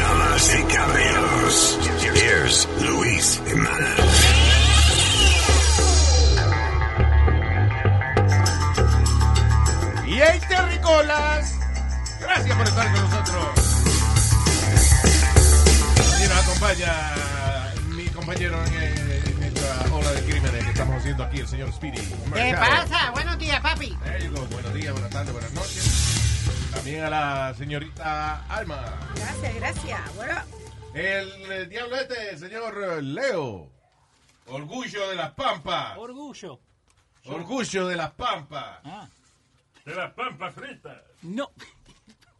Damas y caballeros, here's Luis Jimenez. Y ahí te Ricolas. Gracias por estar con nosotros. Y nos acompaña mi compañero en, eh, en esta ola de crímenes que estamos haciendo aquí, el señor Speedy. ¿Qué Mercado. pasa? Buenos días, papi. There you go. Buenos días, buenas tardes, buenas noches. También a la señorita Alma. Gracias, gracias. Bueno, El, eh, diablo este, señor eh, Leo. Orgullo de las pampas. Orgullo. Orgullo de las pampas. Ah, De las pampas fritas. no.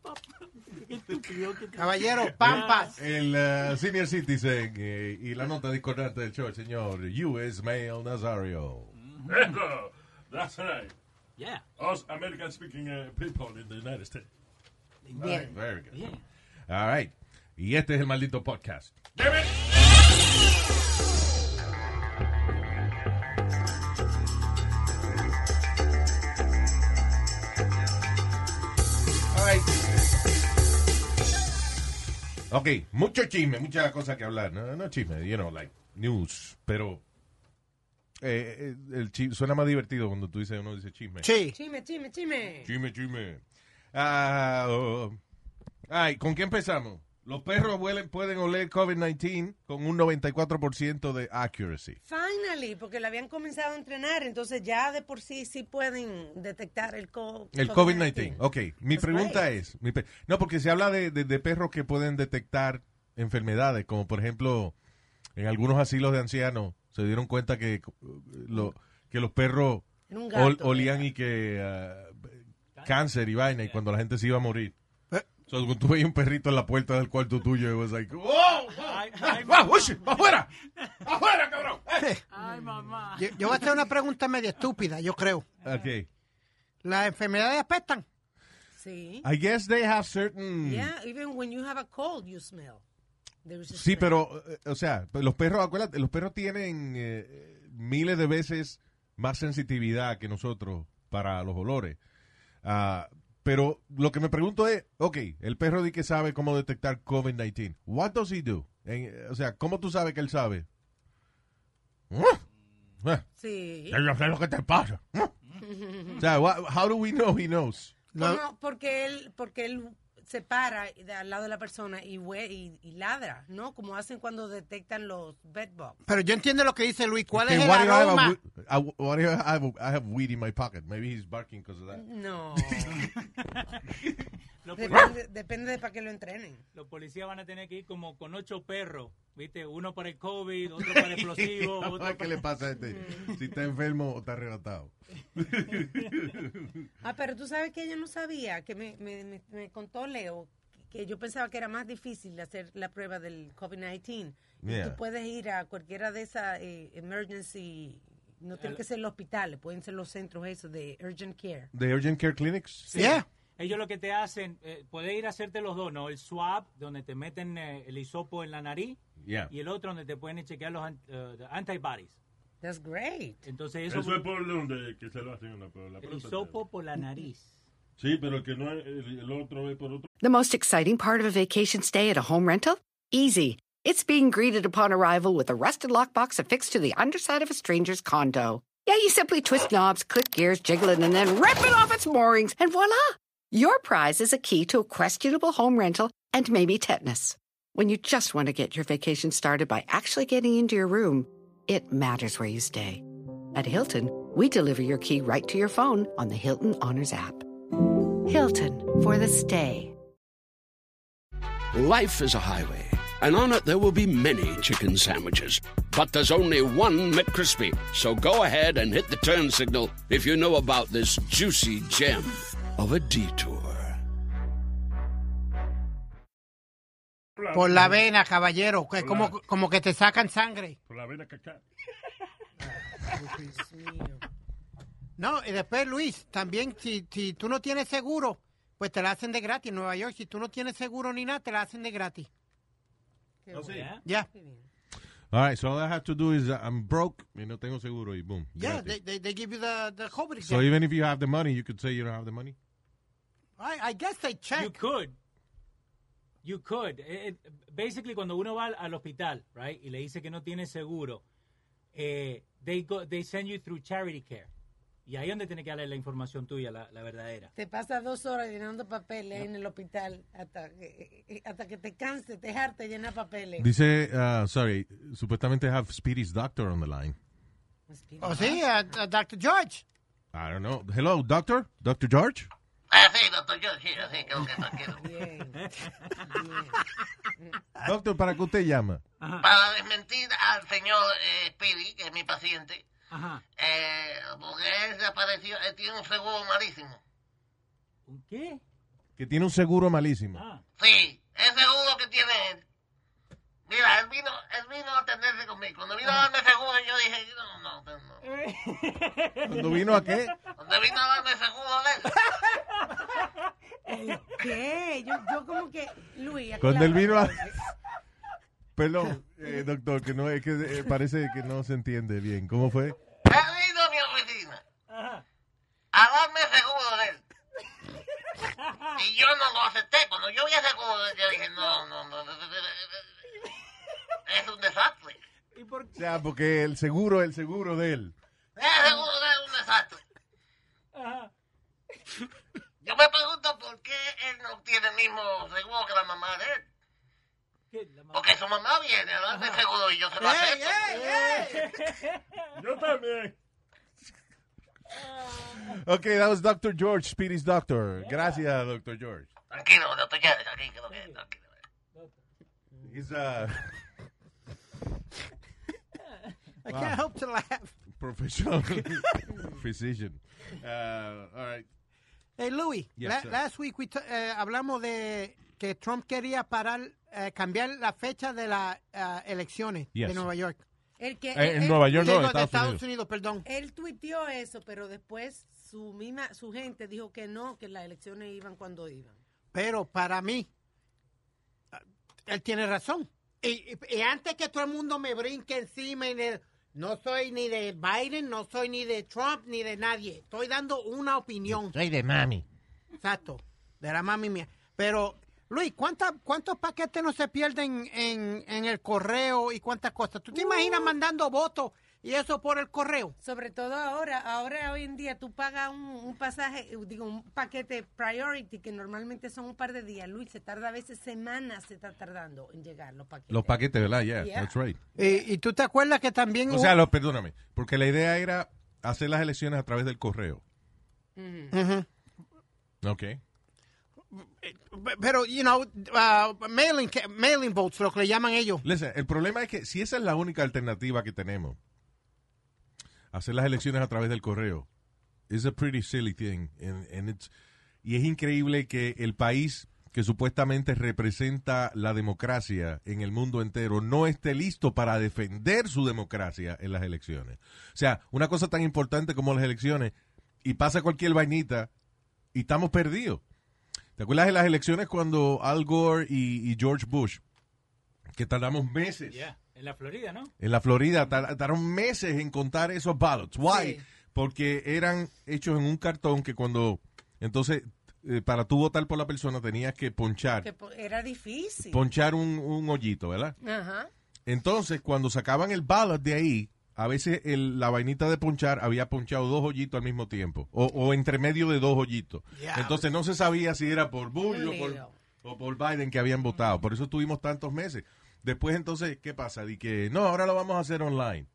Qué estúpido que te- Caballero, pampas. El eh, senior citizen eh, y la nota discordante del show, el señor U.S. Mail Nazario. Echo. That's right. Yeah, Us American speaking uh, people in the United States. Bien. Very good. bien. All right. Y este es el maldito podcast. Damn it. All right. Ok, mucho chisme, muchas cosas que hablar. No, no chisme, you know, like news, pero eh, eh, el chi- suena más divertido cuando tú dices, uno dice chisme. Sí. chime, chime, chime. Chisme, chisme. Ah, oh. Ay, ¿con qué empezamos? Los perros huelen- pueden oler COVID-19 con un 94% de accuracy. Finally, porque la habían comenzado a entrenar, entonces ya de por sí sí pueden detectar el, co- El COVID-19. Ok, mi That's pregunta right. es, mi pe- no, porque se habla de, de- de perros que pueden detectar enfermedades, como por ejemplo, en algunos asilos de ancianos se dieron cuenta que, eh, lo- que los perros Era un ol- gato, olían era. y que ah, cáncer y vaina, y cuando la gente se iba a morir. So, cuando tú veías un perrito en la puerta del cuarto tuyo, it was like, ¡Oh! Ay, ¡Ah, ay, ah, ush, ¡Afuera! ¡Afuera, cabrón! ay, mamá. Yo, yo voy a hacer una pregunta media estúpida, yo creo. Ok. ¿Las enfermedades afectan? Sí. I guess they have certain... Yeah, even when you have a cold, you smell. There is a Sí, smell. pero, eh, o sea, los perros, acuérdate, los perros tienen eh, miles de veces más sensitividad que nosotros para los olores. Ah, pero lo que me pregunto es, ok, el perro di que sabe cómo detectar COVID-19. What does he do? En- eh, o sea, ¿cómo tú sabes que él sabe? Ah, ah, Sí. Yo no sé lo que te pasa. Ah. O sea, wha- how do we know he knows? Lo- ¿Cómo? Porque él, porque él se para de- al lado de la persona y, hue- y, y ladra, ¿no? Como hacen cuando detectan los bedbugs. pero yo entiendo lo que dice Luis. ¿Cuál Okay, es el what if I have a aroma? whe- I- what if I have a- I have weed in my pocket? Maybe he's barking because of that. No. Los, poli- depende, depende de para qué lo entrenen. los policías van a tener que ir como con ocho perros, ¿viste? Uno para el COVID, otro para el explosivo, otro Ay, ¿Qué para... le pasa a este? Si está enfermo o está arrebatado. Ah, pero tú sabes que yo no sabía, que me, me- me- me contó Leo, que yo pensaba que era más difícil hacer la prueba del COVID-19. Y Yeah. Tú puedes ir a cualquiera de esas eh, emergency, no tiene que ser los hospitales, pueden ser los centros esos de urgent care. ¿De Urgent Care Clinics? Sí. Yeah. Ellos lo que te hacen, eh, puedes ir a hacerte los dos, ¿no? El swab, donde te meten eh, el hisopo en la nariz, Yeah. y el otro donde te pueden chequear los ant- eh, the antibodies. That's great. Entonces eso, Eso es por donde que se lo hacen en la, por la el próstata. hisopo por la nariz. Sí, pero que no es el, el otro es por otro. The most exciting part of a vacation stay at a home rental? Easy. It's being greeted upon arrival with a rusted lockbox affixed to the underside of a stranger's condo. Yeah, you simply twist knobs, click gears, jiggle it, and then rip it off its moorings, and voila! Your prize is a key to a questionable home rental and maybe tetanus. When you just want to get your vacation started by actually getting into your room, it matters where you stay. At Hilton, we deliver your key right to your phone on the Hilton Honors app. Hilton for the stay. Life is a highway, and on it there will be many chicken sandwiches. But there's only one McCrispy. So go ahead and hit the turn signal if you know about this juicy gem of a detour. Por la vena, caballero. que es como, como que te sacan sangre. Por la vena cacá. Dios mío. No, y después, Luis, también si, si tú no tienes seguro, pues te la hacen de gratis en Nueva York. Si tú no tienes seguro ni nada, te la hacen de gratis. Qué No, sí. bueno. ¿Eh? Ya. Qué bien. All right, so all I have to do is uh, I'm broke y no tengo seguro y boom. Yeah, gratis. they, they, they give you the, the coverage. so even if you have the money, you could say you don't have the money. I, I guess they check. You could. You could. Eh, eh, basically, cuando uno va al, al hospital, right, y le dice que no tiene seguro, eh, they, go, they send you through charity care. Y ahí es donde tiene que darle la información tuya, la, la verdadera. Te pasas dos horas llenando papeles en el hospital hasta que, hasta que te canses, te hartes de llenar Eh. papeles. Dice, uh, sorry, supuestamente have Speedy's doctor on the line. Oh, sí, a, a Dr. George. I don't know. Hello, doctor? Dr. George? Ah, sí, doctor, yo sí, así que ok, tranquilo. Bien. Doctor, ¿para qué usted llama? Para desmentir al señor eh, Speedy, que es mi paciente, Ajá. eh, porque él desapareció, él tiene un seguro malísimo. ¿Un qué? Que tiene un seguro malísimo. Ah. Sí, es seguro que tiene él. Mira, él vino, él vino a atenderse conmigo. Cuando vino a darme seguro, yo dije, no, no, no, no. ¿Cuándo vino a qué? Cuando vino a darme seguro de él, ¿El qué? Yo, yo como que, Luis. Cuando él vino a... aclara. Perdón, eh, doctor, que no es que eh, parece que no se entiende bien. ¿Cómo fue? él vino a mi oficina a darme seguro de él. Y yo no lo acepté. Cuando yo vi el seguro de él, yo dije, no, no, no, no, no, no, no. es un desastre. ¿Y por O qué? sea, porque el seguro, el seguro de él. Es seguro de él un desastre. Ajá. Yo me pregunto por qué él no tiene el mismo seguro que la mamá de él. ¿Qué? La mamá- Porque su mamá viene a darme seguro y yo se lo Hey, acepto. hey, hey. Yo también. Ok, that was Dr. George, Speedy's doctor. Gracias, Dr. George. Tranquilo, no te quedes aquí, que lo que tranquilo. He's a I can't help to laugh. professional physician. Uh, all right. Hey, Louis, Yes, la- sir. last week we t- eh, hablamos de que Trump quería parar, eh, cambiar la fecha de las eh, elecciones Yes. de Nueva York. El que, Eh, en él- Nueva York, no, Digo, en de Estados Unidos. perdón. Él tuiteó eso, pero después su misma, su gente dijo que no, que las elecciones iban cuando iban. Pero para mí, ah, él tiene razón. Y, y- y antes que todo el mundo me brinque encima, y le- no soy ni de Biden, no soy ni de Trump, ni de nadie. Estoy dando una opinión. Soy de mami. Exacto, de la mami mía. Pero, Luis, ¿cuántas- ¿cuántos paquetes no se pierden en, en el correo y cuántas cosas? ¿Tú te imaginas mandando votos y eso por el correo? Sobre todo ahora, ahora hoy en día tú pagas un, un pasaje, eh, digo, un paquete priority que normalmente son un par de días. Luis, se tarda a veces semanas, se está tardando en llegar los paquetes. Los paquetes, ¿verdad? Yeah, Yeah. that's right. Y, y tú te acuerdas que también... O sea, lo, perdóname, porque la idea era hacer las elecciones a través del correo. Ujú. Ok. Pero, you know, uh, mailing, mailing votes, lo que le llaman ellos. Listen, el problema es que si esa es la única alternativa que tenemos, hacer las elecciones a través del correo, es a pretty silly thing. and- and it's- y es increíble que el país que supuestamente representa la democracia en el mundo entero no esté listo para defender su democracia en las elecciones. O sea, una cosa tan importante como las elecciones, y pasa cualquier vainita, y estamos perdidos. ¿Te acuerdas de las elecciones cuando Al Gore y, y George Bush, que tardamos meses Yeah, En la Florida, ¿no? en la Florida, tar- tardaron meses en contar esos ballots? Why? Porque eran hechos en un cartón que cuando, entonces, eh, para tú votar por la persona tenías que ponchar, Que po- era difícil. ponchar un, un hoyito, ¿verdad? Ajá. Entonces, cuando sacaban el ballot de ahí, a veces el- la vainita de ponchar había ponchado dos hoyitos al mismo tiempo, o, o entre medio de dos hoyitos. Diablo. Entonces no se sabía si era por Bush o por, Leo. o por Biden que habían votado. Por eso tuvimos tantos meses. Después, entonces, ¿qué pasa? Di que no, ahora lo vamos a hacer online.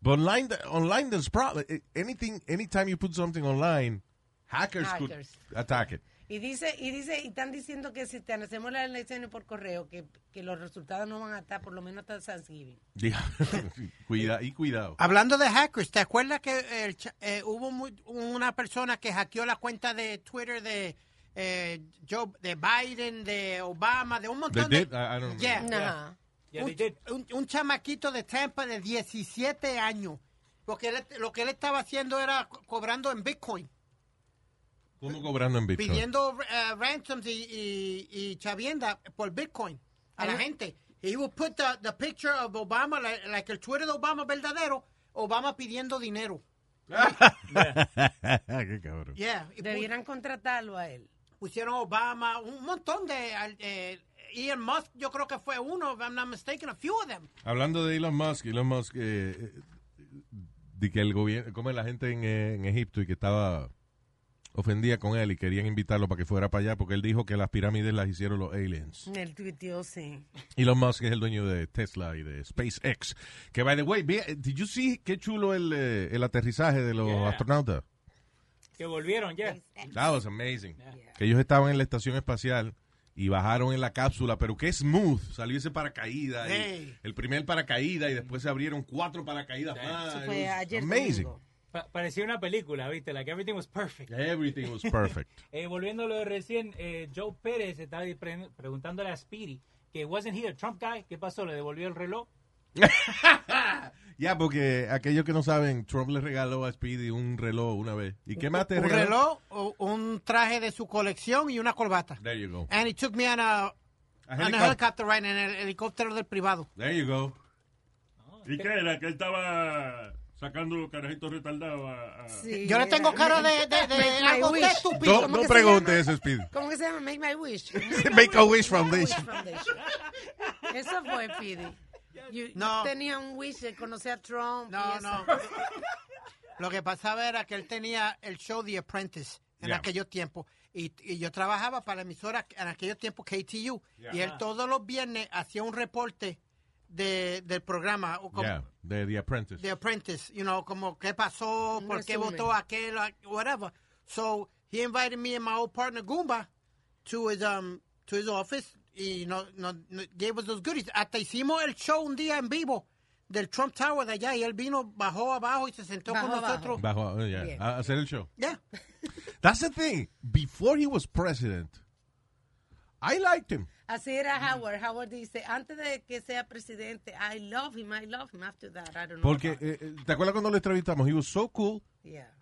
But online, online there's problem. Eh, Anything, anytime you put something online, hackers, Hackers. could attack it. Y dice, y dice, y están diciendo que si te hacemos las elecciones por correo, que, que los resultados no van a estar, por lo menos hasta Thanksgiving. Diga- Cuida, y cuidado. Hablando de hackers, ¿te acuerdas que el cha- eh, hubo mu- una persona que hackeó la cuenta de Twitter de eh, Joe, de Biden, de Obama, de un montón They de... did? I- I don't Yeah. Ajá. Yeah, un, they did. un- un chamaquito de Tampa de 17 años Porque él- lo que él estaba haciendo era co- cobrando en Bitcoin, ¿Cómo cobrando en Bitcoin? pidiendo eh, ransoms y, y, y chavienda por Bitcoin a la Ajá. gente. He would put the, the picture of Obama, like, like el Twitter de Obama verdadero, Obama pidiendo dinero. Qué cabrón. Yeah. Y pu- Debieran contratarlo a él. pusieron Obama, un montón de... al- eh, Elon Musk, yo creo que fue uno, if I'm not mistaken, a few of them. Hablando de Elon Musk, Elon Musk, eh, eh, de que el gobierno, como la gente en, eh, en Egipto y que estaba ofendida con él y querían invitarlo para que fuera para allá porque él dijo que las pirámides las hicieron los aliens. Él tuiteó, sí. Elon Musk es el dueño de Tesla y de SpaceX. Que, by the way, vi- did you see qué chulo el, eh, el aterrizaje de los astronautas? Que volvieron ya. That was amazing. Que ellos estaban en la estación espacial y bajaron en la cápsula, pero qué smooth. Salió ese paracaídas. y Hey. El primer paracaídas y después se abrieron cuatro paracaídas más. Eso It fue was ayer amazing. Pa- parecía una película, ¿viste? La que everything was perfect. Everything was perfect. Eh, volviendo a lo de recién, eh, Joe Pérez estaba pre- preguntándole a Speedy que wasn't he a Trump guy. ¿Qué pasó? ¿Le devolvió el reloj? Ya, porque aquellos que no saben, Trump le regaló a Speedy un reloj una vez. ¿Y qué más te un regaló? reloj, o- un traje de su colección y una corbata. There you go. And he took me on a, A on a helicóptero. helicopter ride en el helicóptero del privado. There you go. ¿Y qué era? Que él estaba sacando carajitos retardados a... a- Yo le tengo cara de, de, de Make my algo wish. de estúpido. No, ¿Cómo no que se preguntes eso, Speedy. ¿Cómo que se llama? Make My Wish. Make a Wish Foundation. Eso fue, Pidi. You- No. yo Tenía un wish de conocer a Trump. No, y eso. no. Lo que pasaba era que él tenía el show The Apprentice en Yeah. aquellos tiempos. Y, y yo trabajaba para la emisora en aquellos tiempos KTU. Yeah. Y él todos los viernes hacía un reporte de, del programa. o como- Yeah, de The Apprentice. The Apprentice, you know, como qué pasó, Mm, por qué resumen. votó aquel, like, whatever. So he invited me and my old partner Goomba to his um to his office y no, no, no- gave us those goodies. Hasta hicimos el show un día en vivo del Trump Tower de allá y él vino bajó abajo y se sentó Bajó con abajo. nosotros. Bajo, uh, yeah, Bien. a hacer el show. Yeah. That's the thing. Before he was president, I liked him. Así era Howard. Howard dice, antes de que sea presidente, I love him, I love him. After that, I don't know. Porque, eh, eh, ¿te acuerdas cuando lo entrevistamos? He was so cool Yeah.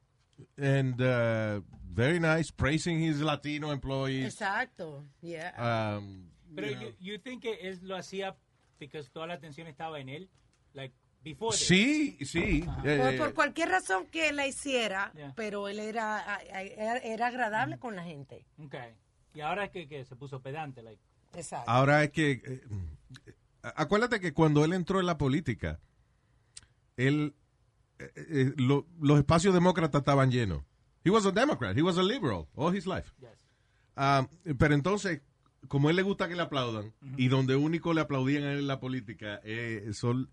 and uh, very nice, praising his Latino employees. Exacto. Yeah. Um, Pero you know. you, you think que él lo hacía porque toda la atención estaba en él? Like, before this. Sí, sí. eh, por, eh, por cualquier razón que la hiciera, Yeah. pero él era, a- a- era era Mm. agradable con la gente. Okay. Y ahora es que, que se puso pedante, like. Exacto. Ahora es que. eh, acuérdate que cuando él entró en la política, él. eh, eh, lo- los espacios demócratas estaban llenos. He was a Democrat, he was a liberal all his life. Ah, pero entonces, como a él le gusta que le aplaudan, y donde único le aplaudían a él en la política, eh, son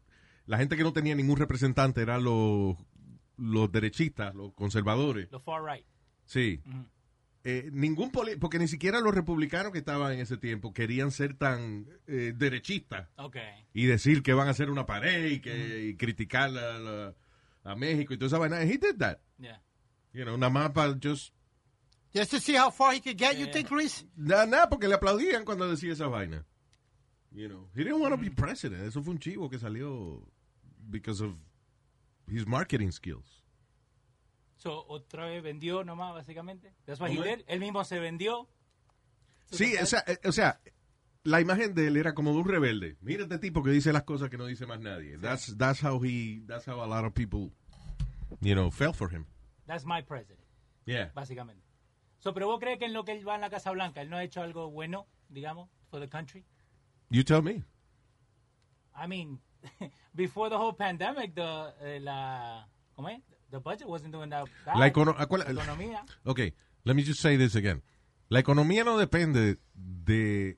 la gente que no tenía ningún representante eran los, los derechistas, los conservadores. Lo far right. Sí. Eh, ningún poli- porque ni siquiera los republicanos que estaban en ese tiempo querían ser tan eh, derechistas Okay. y decir que van a hacer una pared y, que, y criticar la- la- a México y toda esa vaina. He did that. Yeah. You know, nada más para just... Just to see how far he could get, you think, Luis? Nada, nada, porque le aplaudían cuando decía esa vaina. You know, he didn't want to be president. Eso fue un chivo que salió because of his marketing skills. So, otra vez vendió nomás, básicamente. That's what he Hombre. did. Él mismo se vendió. Sí, o sea, eh, o sea, la imagen de él era como de un rebelde. Mira este tipo que dice las cosas que no dice más nadie. That's, that's how he, that's how a lot of people, you know, fell for him. That's my president. Yeah. Básicamente. So, pero vos crees que en lo que él va en la Casa Blanca, él no ha hecho algo bueno, digamos, for the country? You tell me. I mean, before the whole pandemic, the eh, la ¿cómo es? The budget wasn't doing that bad. La, econo- acuérdate- La economía. Okay, let me just say this again. La economía no depende de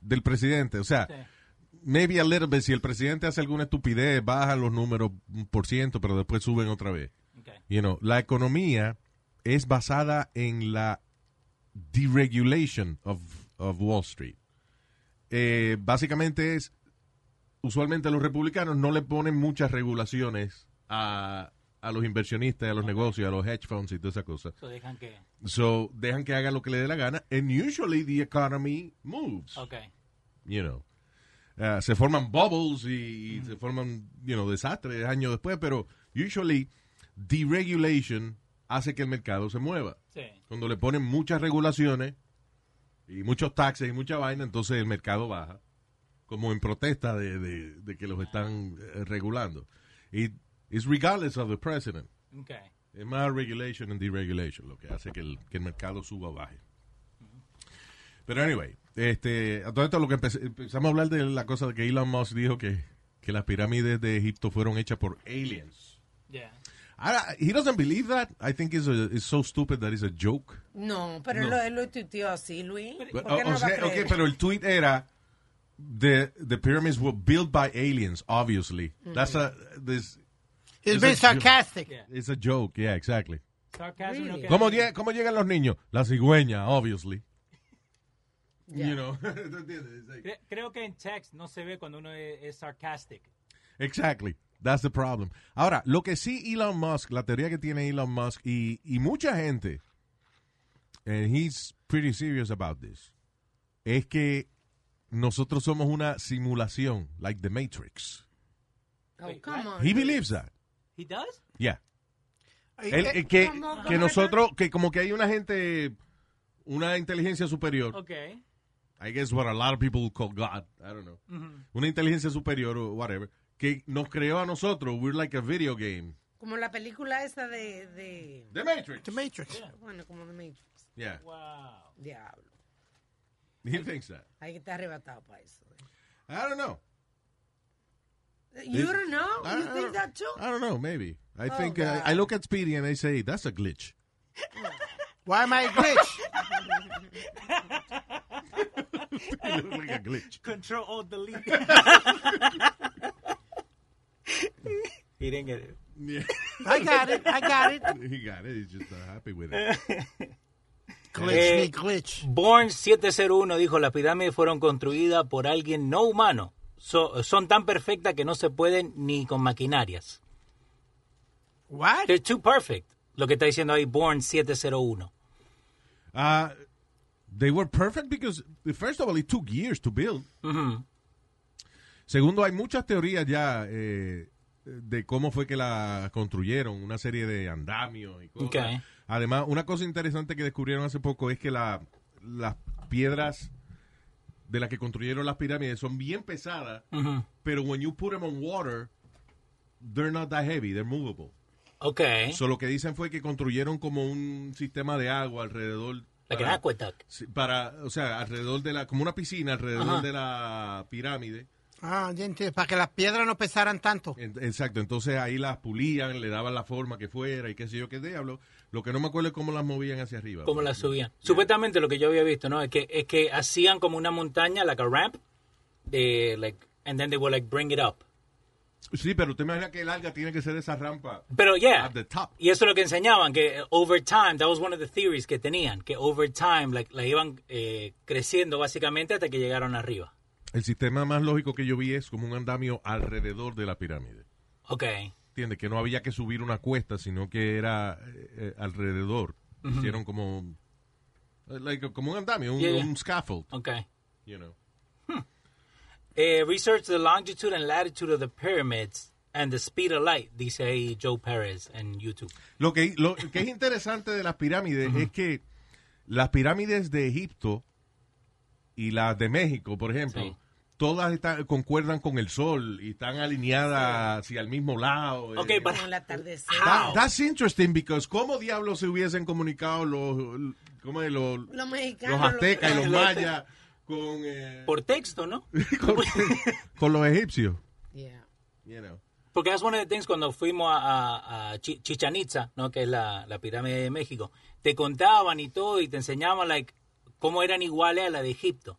del presidente, o sea, maybe a little bit si el presidente hace alguna estupidez, baja los números un por ciento, pero después suben otra vez. You know, la economía es basada en la deregulation of, of Wall Street. Eh, básicamente es usualmente los republicanos no le ponen muchas regulaciones a, a los inversionistas, a los negocios, a los hedge funds y todas esas cosas. So dejan que- So, dejan que hagan lo que le dé la gana, and usually the economy moves, Okay. you know. eh, se forman bubbles y, y se forman, you know, desastres años después, pero usually deregulation hace que el mercado se mueva. Sí. Cuando le ponen muchas regulaciones y muchos taxes y mucha vaina, entonces el mercado baja, como en protesta de, de- de que los están eh, regulando. Y it's regardless of the president. Ok. Es más regulation and deregulation lo que hace que el, que el mercado suba o baje. Pero anyway, este, a todo esto lo que empecé- empezamos a hablar de la cosa de que Elon Musk dijo que, que las pirámides de Egipto fueron hechas por aliens. Yeah. Ahora, he doesn't believe that. I think it's, a- it's so stupid that it's a joke. No, pero No. él lo, él lo tuiteó así, Luis. ¿Por But, qué o- no o va a sea, creer? okay, pero el tweet era the the pyramids were built by aliens, obviously. Mm. That's a this It's It's been a joke. sarcastic. Yeah. it's a joke. Yeah, exactly. Sarcasm, Really? ok. ¿Cómo, lle- cómo llegan los niños? La cigüeña, obviously. Ya. You know. ¿Tú entiendes? It's like- Cre- Creo que en text no se ve cuando uno e-, es, es sarcastic. Exactly. That's the problem. Ahora, lo que sí Elon Musk, la teoría que tiene Elon Musk y, y mucha gente, and he's pretty serious about this, es que nosotros somos una simulación, like the Matrix. Oh, come on. He believes that. He does? Yeah. Ay, Él- eh, eh, que, ¿Cómo, cómo que era? nosotros, que como que hay una gente, una inteligencia superior, Ok. I guess what a lot of people call God, I don't know, Ujú. Mm-hmm. una inteligencia superior o whatever, que nos creó a nosotros, we're like a video game. Como la película esa de, de- The Matrix. The Matrix. Bueno, como The Matrix. Yeah. Wow. Diablo. He thinks that. Hay que estar arrebatado para eso. I don't know. You don't know? I, You I think don't- that too? I don't know. Maybe. I Oh, think uh, God. I look at Speedy and I say that's a glitch. Why am I rich? It looks like a glitch. Control Alt Delete. He didn't get it. Yeah. I got it. I got it. he got it. He's just not happy with it. Glitch Eh. me, glitch. Born 701 dijo, las pirámides fueron construidas por alguien no humano. So- son tan perfectas que no se pueden ni con maquinarias. What? They're too perfect. Lo que está diciendo ahí Born 701. Uh, they were perfect because first of all it took years to build. Mm-hmm. Segundo, hay muchas teorías ya eh, de cómo fue que la construyeron, una serie de andamios y cosas. Ok. Además, una cosa interesante que descubrieron hace poco es que la- las piedras de las que construyeron las pirámides son bien pesadas, pero when you put them on water, they're not that heavy, they're movable. Ok. So, lo que dicen fue que construyeron como un sistema de agua alrededor. like an para- aqueduct. Sí, para, o sea, alrededor de la, como una piscina alrededor Ajá. de la pirámide. Ah, ya entiendo. Para que las piedras no pesaran tanto. En- exacto, entonces ahí las pulían, le daban la forma que fuera y qué sé yo qué diablo. Lo que no me acuerdo es cómo las movían hacia arriba. ¿Cómo la subían? Supuestamente lo que yo había visto, ¿no? Es que, es que hacían como una montaña, like a ramp, de, like, and then they would like bring it up. Sí, pero usted imagina que larga tiene que ser esa rampa. Pero yeah. At the top. Y eso es lo que enseñaban, que eh, over time, that was one of the theories que tenían, que over time like, la iban eh, creciendo básicamente hasta que llegaron arriba. El sistema más lógico que yo vi es como un andamio alrededor de la pirámide. Ok. ¿Entiendes? Que no había que subir una cuesta, sino que era eh, eh, alrededor. Hicieron como, eh, like, como un andamio, un, Yeah, yeah. un scaffold, Ok. you know. Eh, research the longitude and latitude of the pyramids and the speed of light, dice ahí Joe Perez en YouTube. Lo que, lo que es interesante de las pirámides es que las pirámides de Egipto y las de México, por ejemplo, Sí. todas están, concuerdan con el sol y están alineadas hacia el mismo lado. Ok, Eh, para- Como el atardecer. that- Wow. that's interesting because cómo diablos se hubiesen comunicado los, ¿cómo es? los, Los los mexicanos. aztecas y los mayas con, eh, Por texto, ¿no? con, con los egipcios. Yeah. you know. Porque es una de las things cuando fuimos a, a, Chichen Itza, ¿no? que es la, la pirámide de México, te contaban y todo y te enseñaban like, cómo eran iguales a la de Egipto.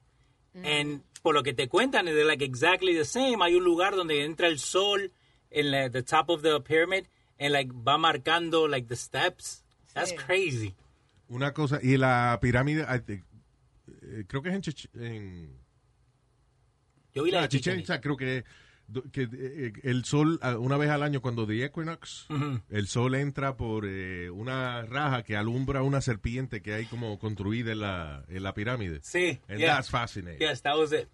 En- por lo que te cuentan es de, like exactly the same. Hay un lugar donde entra el sol en la the top of the pyramid and like va marcando like the steps. That's crazy. Una cosa, y la pirámide, I think, eh, creo que es en, Chich- en Yo vi la La de Chichen Ah, Chichen Itza. Itza creo que, que, eh, el sol, ah, una vez al año, cuando the equinox, el sol entra por eh, una raja que alumbra una serpiente que hay como construida en la, en la pirámide. Sí, And yeah. that's fascinating. Yes, that was it.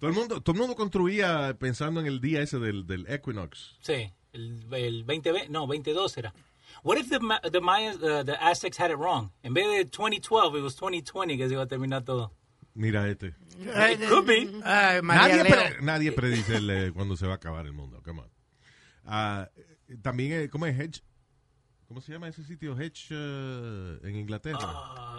Todo el mundo, todo el mundo construía pensando en el día ese del, del equinox. Sí, el, el 20, no, 22 era. What if the, Ma- the Mayans, uh, the Aztecs had it wrong? En vez de 2012, it was 2020 que se iba a terminar todo. Uh, Mira este. It could be. Ay, María Nadie, Leo. pre- nadie predice el, eh, cuando se va a acabar el mundo. Come on. Ah, eh, también, eh, ¿cómo es Hedge? ¿Cómo se llama ese sitio? Hedge eh, en Inglaterra.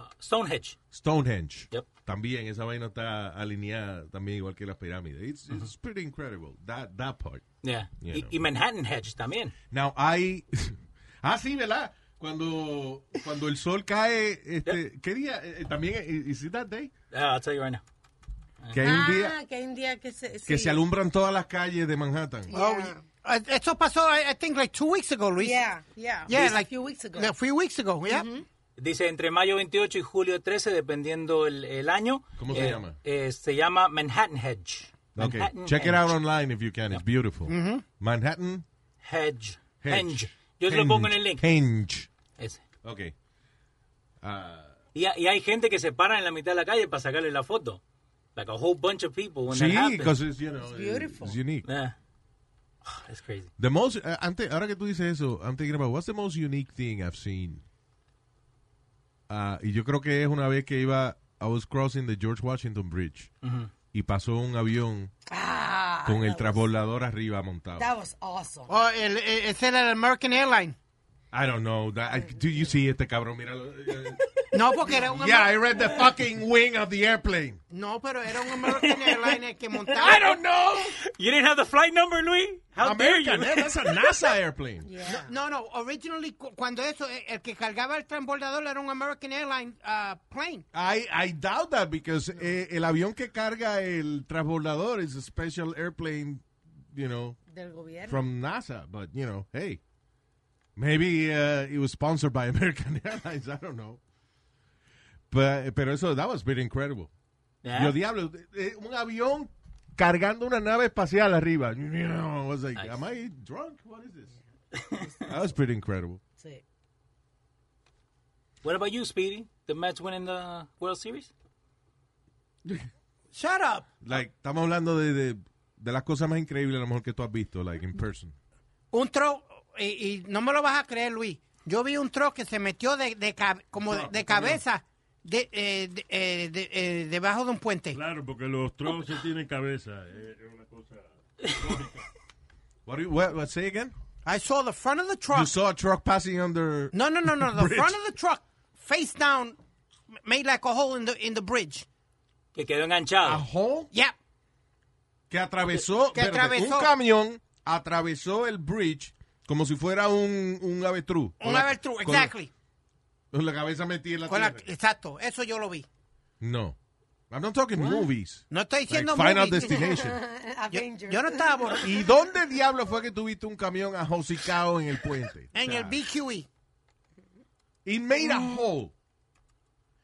Uh, Stonehenge. Stonehenge. Yep. También esa vaina está alineada también igual que las pirámides. It's, it's pretty incredible. That, that part. Yeah. Yeah, Y- no. y Manhattan Hedge también. Now, hay... ah, sí, ¿verdad? Cuando, cuando el sol cae, este, ¿qué día? Eh, eh, también, eh, is it that day? Uh, I'll tell you right now. Que hay un día Ah, que hay un día que se... que sí. se alumbran todas las calles de Manhattan. Oh, yeah. Esto pasó, I, I think, like two weeks ago, Luis. Yeah, yeah. Yeah, Just a like- few weeks ago. A few weeks ago, yeah. Dice entre mayo 28 y julio 13, dependiendo el, el año. ¿Cómo se Eh, llama? eh, se llama Manhattan Hedge. Okay. Manhattan Check it Hedge. out online if you can. It's beautiful. Manhattan Hedge. Hedge. Hedge. Yo te lo pongo en el link. Henge. Ese. Okay. Ah, Y, ha- y hay gente que se para en la mitad de la calle para sacarle la foto. Like a whole bunch of people when that sí, happens. because it's, you know, eh, it's beautiful. unique. Yeah. Ah, that's crazy. The most, eh, ante- ahora que tú dices eso, I'm thinking about what's the most unique thing I've seen. Ah, y yo creo que es una vez que iba, I was crossing the George Washington Bridge y pasó un avión Ah, con el that transbordador arriba montado. was- That was awesome. Oh, el, el- ese era el American Airlines. I don't know. that- I- do you see este cabrón? Míralo. eh, No, porque era un... yeah, Amer- I read the fucking wing of the airplane. No, pero era un American Airlines el que montaba. I don't know. You didn't have the flight number, Luis? How American, dare eh, you? that's a NASA airplane. Yeah. No, no, originally, cu- cuando eso, eh, el que cargaba el transbordador era un American Airlines uh, plane. I, I doubt that because eh, el avión que carga el transbordador is a special airplane, you know, Del gobierno. from NASA. But you know, hey, maybe uh, it was sponsored by American Airlines. I don't know. But, pero eso that was pretty incredible. Yeah. Yo diablo, eh, un avión cargando una nave espacial arriba. You know, I was like, am I drunk? What is this? that was pretty incredible. Sí. What about you, Speedy? The Mets winning the World Series? Shut up. Like, estamos hablando de, de, de las cosas más increíbles a lo mejor que tú has visto, like in person. Un tro... Y, y no me lo vas a creer, Luis. Yo vi un tro que se metió de, de cab- como de, de cabeza de, eh, de- eh, de- eh, debajo de un puente. Claro, porque los trozos tienen cabeza. eh, Es una cosa. What do you, what, what, say again? I saw the front of the truck. You saw a truck passing under. No, no, no, no. The Bridge. front of the truck, face down, m- made like a hole in the in the bridge. Que quedó enganchado. A hole Yeah. que atravesó, Que espérate, atravesó. un camión atravesó el bridge como si fuera un, un avestruz. Con Un la- avestruz, con la- exactly. Con, la cabeza metida en la Con la- tierra. exacto, eso yo lo vi. No. I'm not talking movies. No estoy Like diciendo Final movies. Destination. Yo, Avenger. yo no estaba borracho. ¿Y dónde diablo fue que tuviste un camión ajosicado en el puente? En O sea, el E. Mm. BQE. It made a hole.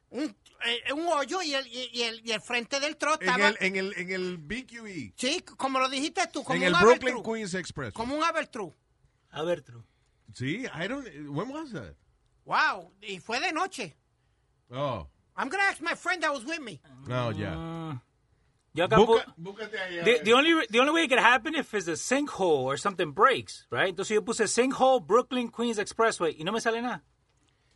Un, eh, un hoyo y el, y, y el, y el frente del tro En estaba. el, en el, en el BQE. sí, como lo dijiste tú, como en un el avestruz. Brooklyn Queens Express. Como un avestruz. A ver, True. Sí, I don't. When was that? Wow, y fue de noche. Oh, I'm gonna ask my friend that was with me. no, Mm. ya. Mm. Yo acabo... Busca- Búscate ahí. a The, ver. the only the only way it could happen if it's a sinkhole or something breaks, right? Entonces yo puse sinkhole Brooklyn Queens Expressway y no me sale nada.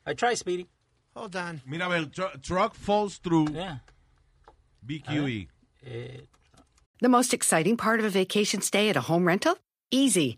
I tried, Speedy. Hold on. Mira, a ver, tru- truck falls through E. Yeah. BQE. Eh, The most exciting part of a vacation stay at a home rental? Easy.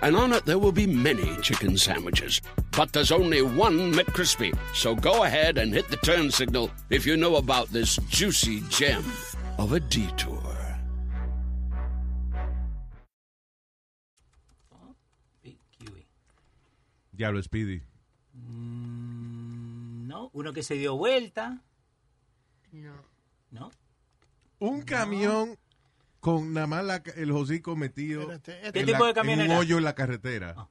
and on it there will be many chicken sandwiches. But there's only one McCrispy. So go ahead and hit the turn signal if you know about this juicy gem of a detour. BQE. Diablo, Speedy. No, uno que se dio vuelta. No. No. Un camión con nada más la- el hocico metido Espérate, ¿Qué en, tipo la- de Ah. camión en un era? hoyo en la carretera.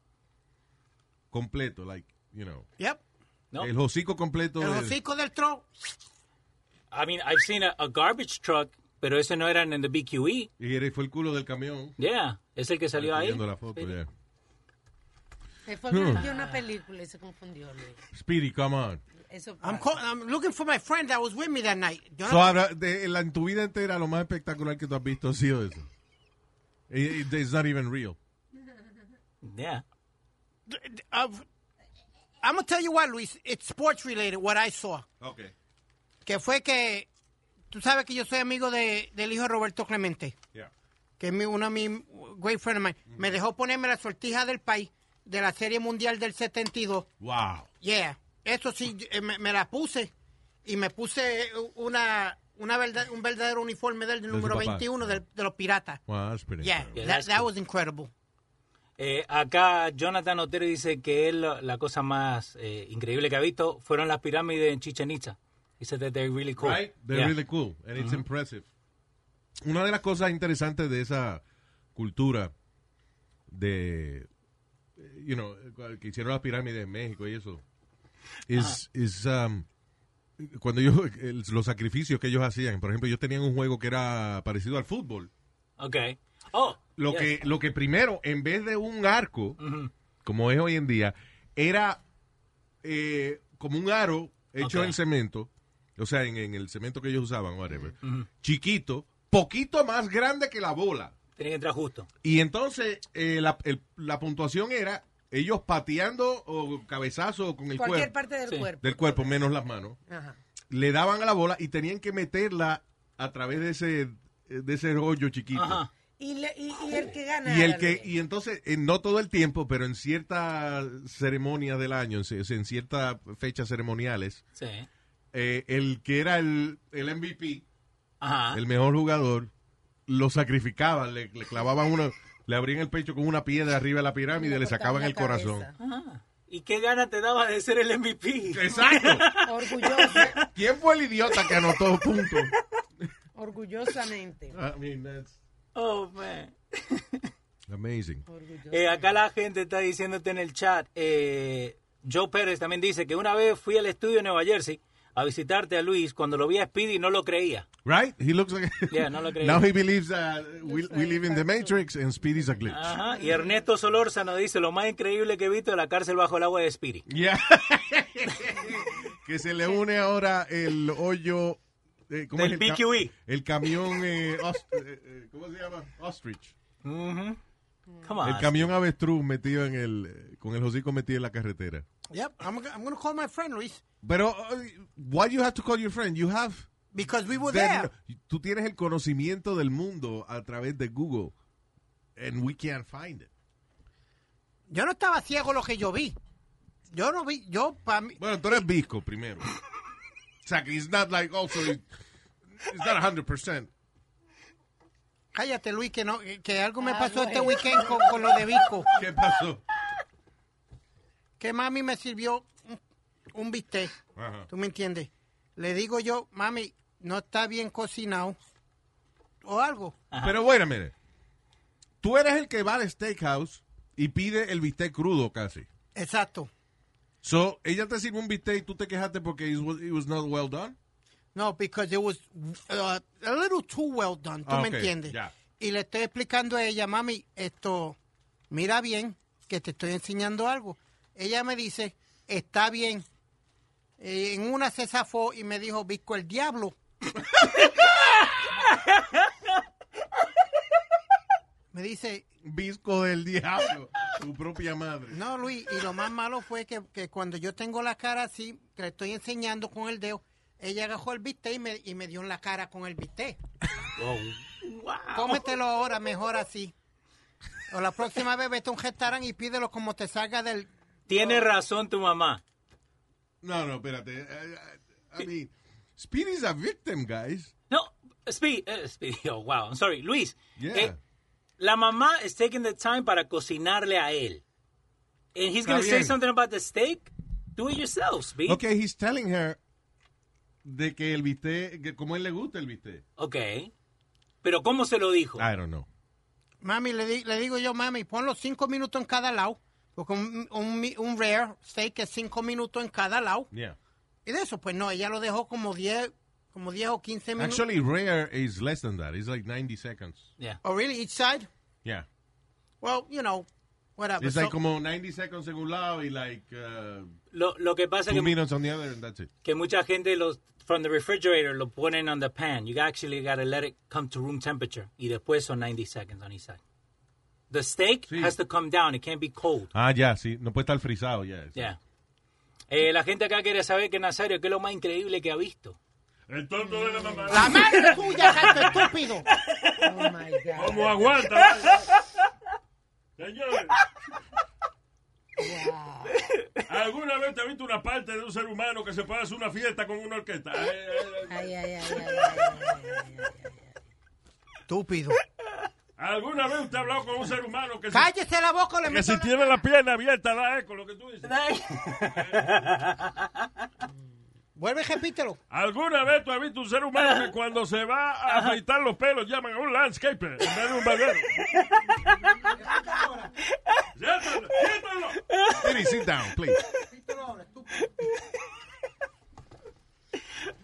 Completo, like, you know. Yep. No. El hocico completo. El del- hocico del tro. I mean, I've seen a, a garbage truck, pero ese no eran en the BQE. y era- fue el culo del camión. Yeah, es el que salió Estoy ahí. viendo la foto, yeah. Se fue a ver Hmm. aquí una película y se confundió, Luis. Speedy, come on. Eso I'm, pasa. call- I'm looking for my friend that was with me that night. Yo no- So, ahora, de- la- en tu vida entera, lo más espectacular que tú has visto ha sido eso. It- it- it's not even real. Yeah. I've- I'm going to tell you what, Luis. It's sports related, what I saw. Okay. Que fue que. Tú sabes que yo soy amigo de, del hijo de Roberto Clemente. Yeah. que es mi, uno de mis great friend of mine, me dejó ponerme la sortija del país de la Serie Mundial del 72. Wow. Yeah, eso sí, eh, me, me la puse y me puse eh, una, una verdad, un verdadero uniforme del su número papá. 21 del- de los piratas. Wow, that's pretty Yeah, incredible. Yeah, that, that's that cool. was incredible. Eh, acá Jonathan Otero dice que él la la cosa más eh, increíble que ha visto fueron las pirámides en Chichen Itza. He said that they're really cool. Right? They're Yeah. Mm-hmm. really cool and it's impressive. Una de las cosas interesantes de esa cultura de, eh, you know, que hicieron las pirámides en México y eso, es is, um, cuando yo, el- los sacrificios que ellos hacían. Por ejemplo, ellos tenían un juego que era parecido al fútbol. Okay. Oh. Lo, yes. que, lo que primero, en vez de un arco, como es hoy en día, era eh, como un aro hecho Ok. en cemento, o sea, en, en el cemento que ellos usaban, whatever, chiquito, poquito más grande que la bola. Tenía que entrar justo. Y entonces eh, la, el- la puntuación era ellos pateando o cabezazo o con el cuerpo, Cualquier parte del Sí. cuerpo. del cuerpo, menos las manos, Ajá. le daban a la bola y tenían que meterla a través de ese, de ese hoyo chiquito. Ajá. Y, le- y, y el que gana. Y el que y entonces eh, no todo el tiempo, pero en ciertas ceremonias del año, en, ci- en ciertas fechas ceremoniales, Sí. eh, el que era el, el MVP, Ajá. el mejor jugador, lo sacrificaban, le, le clavaban una, le abrían el pecho con una piedra arriba de la pirámide, le sacaban el corazón. Ajá. ¿Y qué gana te daba de ser el MVP? Exacto. Orgullosa, ¿Quién fue el idiota que anotó puntos? orgullosamente. I mean, that's Oh, man. amazing. orgullosa. Eh, acá la gente está diciéndote en el chat. eh, Joe Pérez también dice que una vez fui al estudio de Nueva Jersey a visitarte a Luis. Cuando lo vi a Speedy no lo creía. Right? He looks like Yeah, no lo creí. Now he believes that we, we live in the Matrix and speed is a glitch. Ajá. Y Ernesto Solórzano dice lo más increíble que he visto es la cárcel bajo el agua de Speedy. Ya. que se le une ahora el hoyo. eh, ¿cómo Del es el ca- BQE. el camión. eh, os- eh, eh, ¿Cómo se llama? Ostrich. Ujú. Come on. El camión avestruz metido en el. eh, Con el hocico metido en la carretera. Yep, I'm, I'm going to call my friend, Luis, Pero, eh, why you have to call your friend? You have. because we were the there. kn- tú tienes el conocimiento del mundo a través de Google. And we can't find it. Yo no estaba ciego lo que yo vi. Yo no vi, yo para mí, Bueno, tú eres visco primero. O sea, que it's not like also. It's not 100%. cállate Luis, que no, que algo me Ah, pasó este bueno. weekend con, con lo de Vico. ¿Qué pasó? que mami me sirvió un, un bistec. Ajá. ¿Tú me entiendes? Le digo yo, mami, no está bien cocinado o algo. Pero bueno, mire. Tú eres el que va al steakhouse y pide el bistec crudo casi. Exacto. So, ella te sirve un bistec y tú te quejaste porque it was, it was not well done. No, because it was uh, a little too well done. ¿Tú Ah, me ok, entiendes? ya. Y le estoy explicando a ella, mami, esto, mira bien, que te estoy enseñando algo. Ella me dice, está bien. Eh, en una se zafó y me dijo, Visco el diablo. me dice, Visco del diablo. Tu propia madre. No, Luis, y lo más malo fue que, que cuando yo tengo la cara así, que le estoy enseñando con el dedo, ella agajó el bistec y me, y me dio en la cara con el bistec. Oh, Cómetelo ahora, mejor así. O la próxima vez vete a un restaurante y pídelo como te salga del... Tiene razón tu mamá. No, no, espérate. Eh, I, I mean, Speedy's a victim, guys. No, Speedy, eh, Speedy, oh, wow, I'm sorry, Luis. Yeah. eh, la mamá is taking the time para cocinarle a él. And he's Está going to say bien. something about the steak? Do it yourself, Speedy. Ok, he's telling her de que el bistec, que como él le gusta el bistec. Okay. Pero ¿cómo se lo dijo? I don't know. Mami, le, di- le digo yo, mami, pon los cinco minutos en cada lado. Porque un, un, mi- un rare steak es cinco minutos en cada lado. Yeah. Y de eso, pues no, ella lo dejó como 10 como 10 o 15 minutos. Actually, rare is less than that. It's like 90 seconds. Yeah. Oh, really? Each side? Yeah. Well, you know, whatever. It's like So- como 90 seconds en un lado y like uh, Lo, lo que pasa es two que, minutes on the other and that's it. que mucha gente los from the refrigerator lo ponen on the pan. You actually gotta let it come to room temperature. Y después son 90 seconds on each side. The steak Sí. has to come down. It can't be cold. Ah, ya, sí. No puede estar frisado, ya. Yeah. Eh, la gente acá quiere saber que Nazario, ¿qué es lo más increíble que ha visto? El tonto de la mamá. La madre tuya, gato estúpido. Oh, my God. ¿Cómo aguanta? vaya? Señores. ¿Alguna vez te has visto una parte de un ser humano que se puede hacer una fiesta con una orquesta? Eh, Ay, ay, ay. Ay, ay, ay, ay, ay, ay, ay, ay. Estúpido. ¿Alguna vez usted ha hablado con un ser humano que, si- Cállese la boca, le que meto si la- tiene la pierna abierta da eco lo que tú dices? Vuelve y repítelo. Ah. ¿Alguna vez tú has visto un ser humano que cuando se va a afeitar los pelos llaman a un landscaper en vez de un barbero? ¡Siéntalo! ¡Siéntalo! Kitty, sit down, please.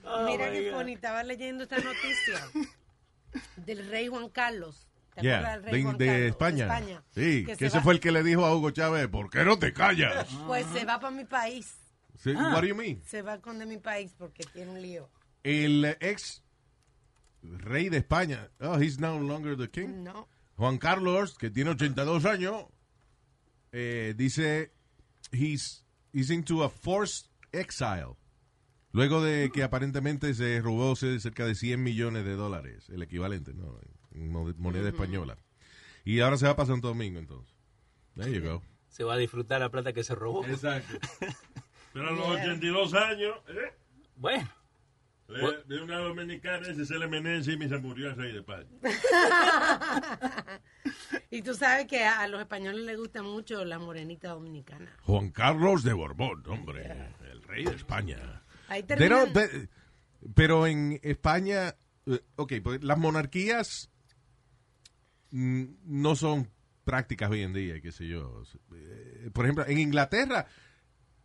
Oh Mira qué funny, estaba leyendo esta noticia del rey Juan Carlos. ¿Te Yeah, acuerdas del de, rey Juan de Carlos? España. De España. Sí, que, se ese va- fue el que le dijo a Hugo Chávez, ¿por qué no te callas? Pues se va para mi país. Sí, Ah. What do you mean? Se va con de mi país porque tiene un lío. El ex rey de España, oh, he's no longer the king. No. Juan Carlos, que tiene 82 años, eh, dice, he's, he's into a forced exile. Luego de que aparentemente se robó c- cerca de 100 millones de dólares, el equivalente, ¿no? En mo- moneda española. Y ahora se va para Santo Domingo, entonces. There you go. Se va a disfrutar la plata que se robó. Exacto. Pero a los 82 años, ¿eh? Bueno, Le- de una dominicana ese es el Meneses y se murió el rey de España. Y tú sabes que a, a los españoles les gusta mucho la morenita dominicana. Juan Carlos de Borbón, hombre, el rey de España. Ahí They termina. don't- they- pero en España, eh, ok, pues las monarquías mm, no son prácticas hoy en día, qué sé yo. Eh, Por ejemplo, en Inglaterra,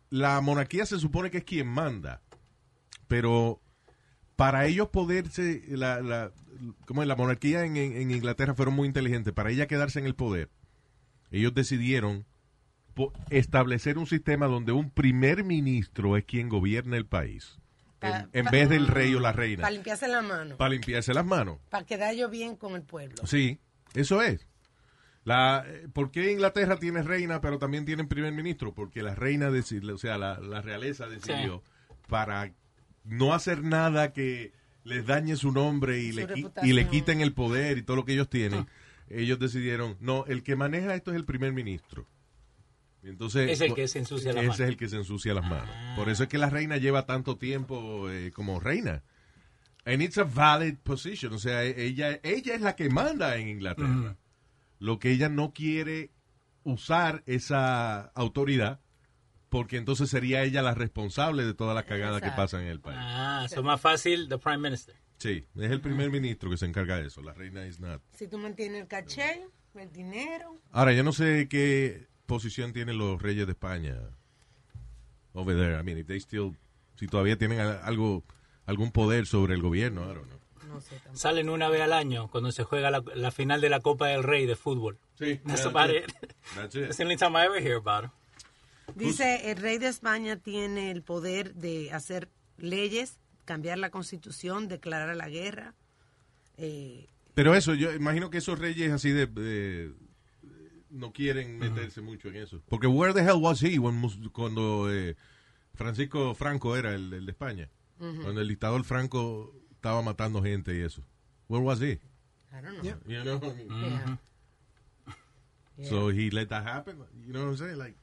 la monarquía se supone que es quien manda, pero para ellos poderse, la, la, como la monarquía en, en- en Inglaterra fueron muy inteligentes, para ella quedarse en el poder, ellos decidieron po- establecer un sistema donde un primer ministro es quien gobierna el país, Pa- en, en pa- mm, vez del rey o la reina, Para limpiarse la mano. para limpiarse las manos. Para quedar yo bien con el pueblo. Sí, eso es. La, eh, ¿Por qué Inglaterra tiene reina, pero también tiene primer ministro? Porque la reina, decidió, o sea, la, la realeza decidió para no hacer nada que les dañe su nombre y, Su le, qui- reputación. Ah. y le quiten el poder y todo lo que ellos tienen. Ellos decidieron, no, el que maneja esto es el primer ministro. Y Entonces, Es el po- que se ensucia Ah. las Ese manos. es el que se ensucia las manos. Por eso es que la reina lleva tanto tiempo eh, como reina. And it's a valid position. O sea, e- ella, ella es la que manda en Inglaterra. Lo que ella no quiere usar esa autoridad, porque entonces sería ella la responsable de toda la cagada que Exacto. pasa en el país. ah, eso es más fácil, the prime minister. Sí, es el primer ministro que se encarga de eso. La reina is not. Si tú mantienes el caché, el dinero. Ahora, yo no sé qué posición tienen los reyes de España. Over there. I mean, if they still. Si todavía tienen a- algo, algún poder sobre el gobierno. I don't know. No sé tampoco. Salen una vez al año cuando se juega la, la final de la Copa del Rey de fútbol. Sí, That's about it. That's it. That's the only time I ever hear about it. Dice, el rey de España tiene el poder de hacer leyes, cambiar la constitución, declarar la guerra. Eh, Pero eso, yo imagino que esos reyes así de. de- no quieren meterse mucho en eso. Porque where the hell was he when mus- cuando eh, Francisco Franco era el, el de España? Cuando el dictador Franco estaba matando gente y eso. Where was he? I don't know. You know? I mean, Yeah. Mm-hmm. So he let that happen. You know what I'm saying? Like.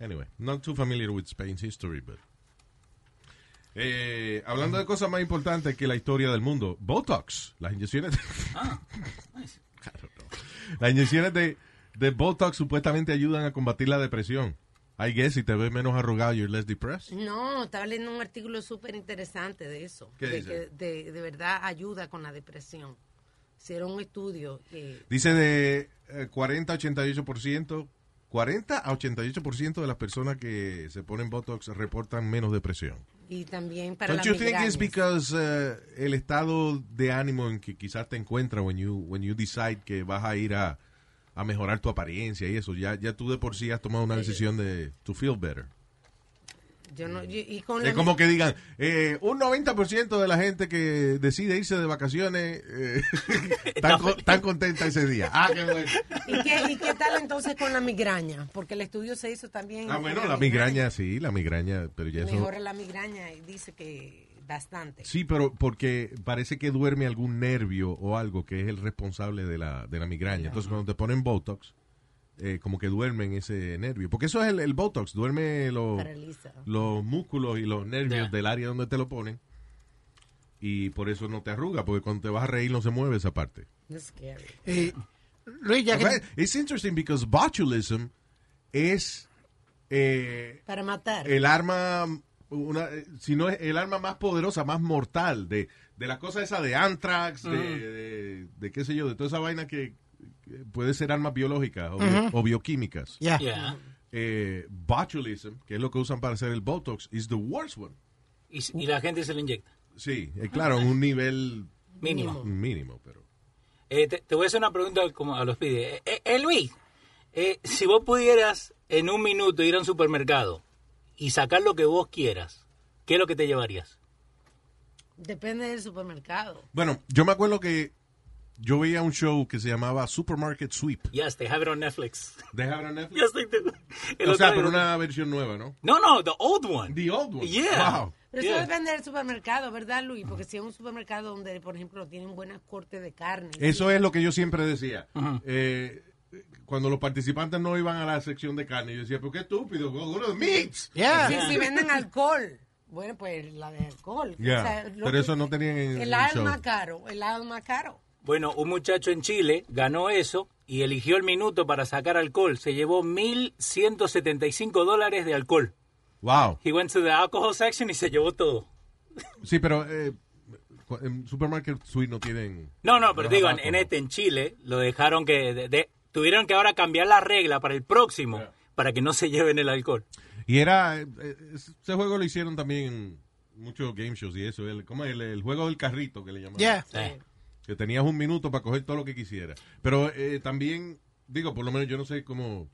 Anyway, not too familiar with Spain's history, but. Eh, hablando de cosas más importantes que la historia del mundo, Botox, las inyecciones. De... Claro, no. Las inyecciones de, de Botox supuestamente ayudan a combatir la depresión. I guess si te ves menos arrugado, you're less Mm. depressed. No, estaba leyendo un artículo súper interesante de eso. ¿Qué de dice? que de, de verdad ayuda con la depresión. Hicieron un estudio que Dice de eh, 40 a 88%, 40 a 88% de las personas que se ponen Botox reportan menos depresión. y también para Don't la you think migraña. it's because uh, el estado de ánimo en que quizás te encuentras when you when you decide que vas a ir a, a mejorar tu apariencia y eso, ya ya tú de por sí has tomado una decisión de to feel better. Yo no, yo- y con la Mm. Es como que digan, eh, un 90% de la gente que decide irse de vacaciones eh, tan, co- tan contenta ese día. Ah, qué bueno. ¿Y qué, ¿Y qué tal entonces con la migraña? Porque el estudio se hizo también. Ah, bueno, con la migraña, sí, la migraña, pero ya eso... Mejora la migraña y dice que bastante. Sí, pero porque parece que duerme algún nervio o algo que es el responsable de la, de la migraña. Entonces, cuando te ponen Botox, eh, como que duermen ese nervio. Porque eso es el, el Botox, duerme los, Paraliza. los músculos y los nervios del área donde te lo ponen. Y por eso no te arruga, porque cuando te vas a reír no se mueve esa parte. It's scary. Eh, Luis, ya que... Okay, It's interesting because botulism es... eh, Para matar. el arma una eh, si no es el arma más poderosa más mortal de, de la cosa esa de anthrax de, de- de qué sé yo de toda esa vaina que que puede ser armas biológicas o, bio- o bioquímicas Ya. Yeah. Eh, botulism que es lo que usan para hacer el botox is the worst one Y, s- y la gente se lo inyecta. sí eh, claro en un nivel Mínimo. mínimo pero Eh, te, te voy a hacer una pregunta al- como a los pide. Eh, eh, Luis, eh, si vos pudieras en un minuto ir a un supermercado y sacar lo que vos quieras, ¿qué es lo que te llevarías? Depende del supermercado. bueno yo me acuerdo que yo veía un show que se llamaba Supermarket Sweep Yes, they have it on Netflix. deja ver a Netflix Yes, they do. El o otro sea día- pero una versión nueva no No, no, the old one. the old one Yeah. wow Pero eso Yeah. depende del supermercado, ¿verdad, Luis? Porque si es un supermercado donde, por ejemplo, tienen buenas cortes de carne. Eso es lo que yo siempre decía. Eh, cuando los participantes no iban a la sección de carne, yo decía, pero qué estúpido, go go to the meats. Ya. Ah. Si, si venden alcohol. Bueno, pues la de alcohol. Yeah, lo pero que- eso no tenían en El el alma show. caro, el alma caro. Bueno, un muchacho en Chile ganó eso y eligió el minuto para sacar alcohol. Se llevó 1.175 dólares de alcohol. Wow. He went to the alcohol section y se llevó todo. Sí, pero eh, cu- en Supermarket Suite no tienen... No, no, pero no digo, en, abajo, en ¿no? este, en Chile, lo dejaron que... de- de- tuvieron que ahora cambiar la regla para el próximo, para que no se lleven el alcohol. Y era... eh, eh, ese juego lo hicieron también en muchos game shows y eso. El, ¿Cómo es? El, el juego del carrito que le llamaban. Ya. Eh, Que tenías un minuto para coger todo lo que quisieras. Pero eh, también, digo, por lo menos yo no sé cómo...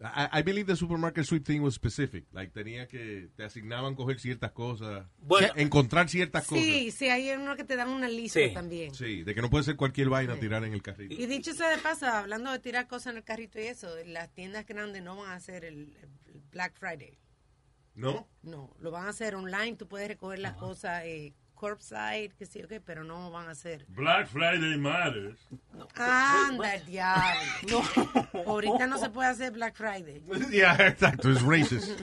I, I believe the supermarket sweep thing was specific. Like, tenía que... Te asignaban coger ciertas cosas. Bueno. Encontrar ciertas Sí, sí, hay uno que te dan una lista Sí, también. cosas. Sí, de que no puede ser cualquier vaina tirar en el carrito. Y dicho sea de paso, hablando de tirar cosas en el carrito y eso, las tiendas grandes no van a hacer el, el Black Friday. ¿No? No, lo van a hacer online. Tú puedes recoger las cosas eh, curbside, qué sé yo qué, pero no van a hacer. Black Friday matters. Anda, el diablo. Ahorita no se puede hacer Black Friday. yeah, exacto. Es racist.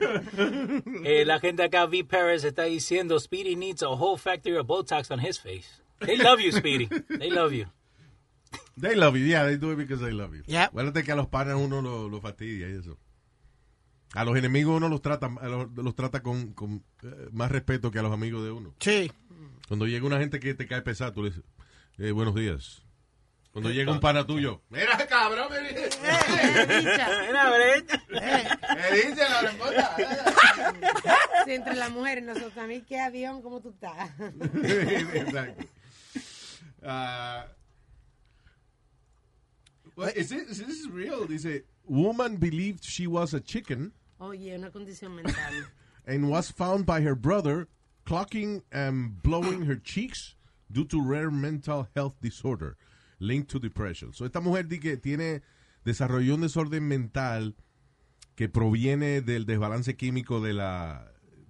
eh, la gente acá, V. Perez, está diciendo, Speedy needs a whole factory of Botox on his face. They love you, Speedy. They love you. They love you. Yeah, they do it because they love you. Yep. Acuérdate que a los panas uno lo, lo fastidia y eso. A los enemigos uno los trata, a los, los trata con, con eh, más respeto que a los amigos de uno. Sí. Cuando llega una gente que te cae pesado, tú le dices, eh, buenos días. Cuando llega un pana tuyo, mira, cabrón, me dice, Mira, ¿verdad? me dice la respuesta. Sí, entre las mujeres, nosotros también, qué avión, cómo tú estás. Exacto. Ah, well, is this, is this real? Dice, woman believed she was a chicken Oye, una condición mental. and was found by her brother clocking and blowing her cheeks due to rare mental health disorder linked to depression. So esta mujer di que tiene desarrolló un desorden mental que proviene del desbalance químico de la,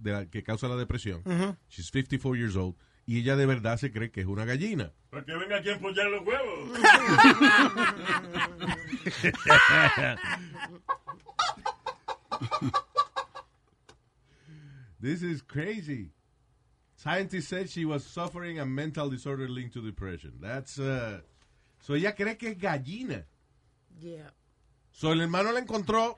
de la- que causa la depresión. She's 54 years old y ella de verdad se cree que es una gallina. Para que venga aquí a apoyar los huevos. This is crazy. Scientists said she was suffering a mental disorder linked to depression. That's uh, so ella cree que es gallina. Yeah. So el hermano la encontró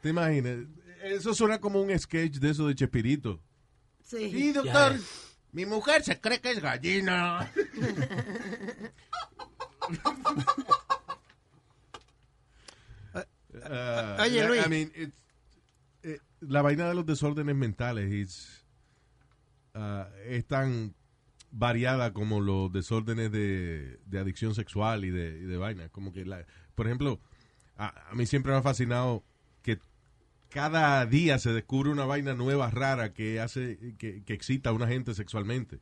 ¿Te imaginas? Eso suena como un sketch de eso de Chespirito. Sí. Sí, doctor. Ya. Mi mujer se cree que es gallina. Uh, Oye, yeah, Luis. I mean, it's- eh, la vaina de los desórdenes mentales it's, uh, es tan variada como los desórdenes de, de adicción sexual y de, y de vaina. Como que, la, por ejemplo, a, a mí siempre me ha fascinado que cada día se descubre una vaina nueva, rara, que hace que, que excita a una gente sexualmente.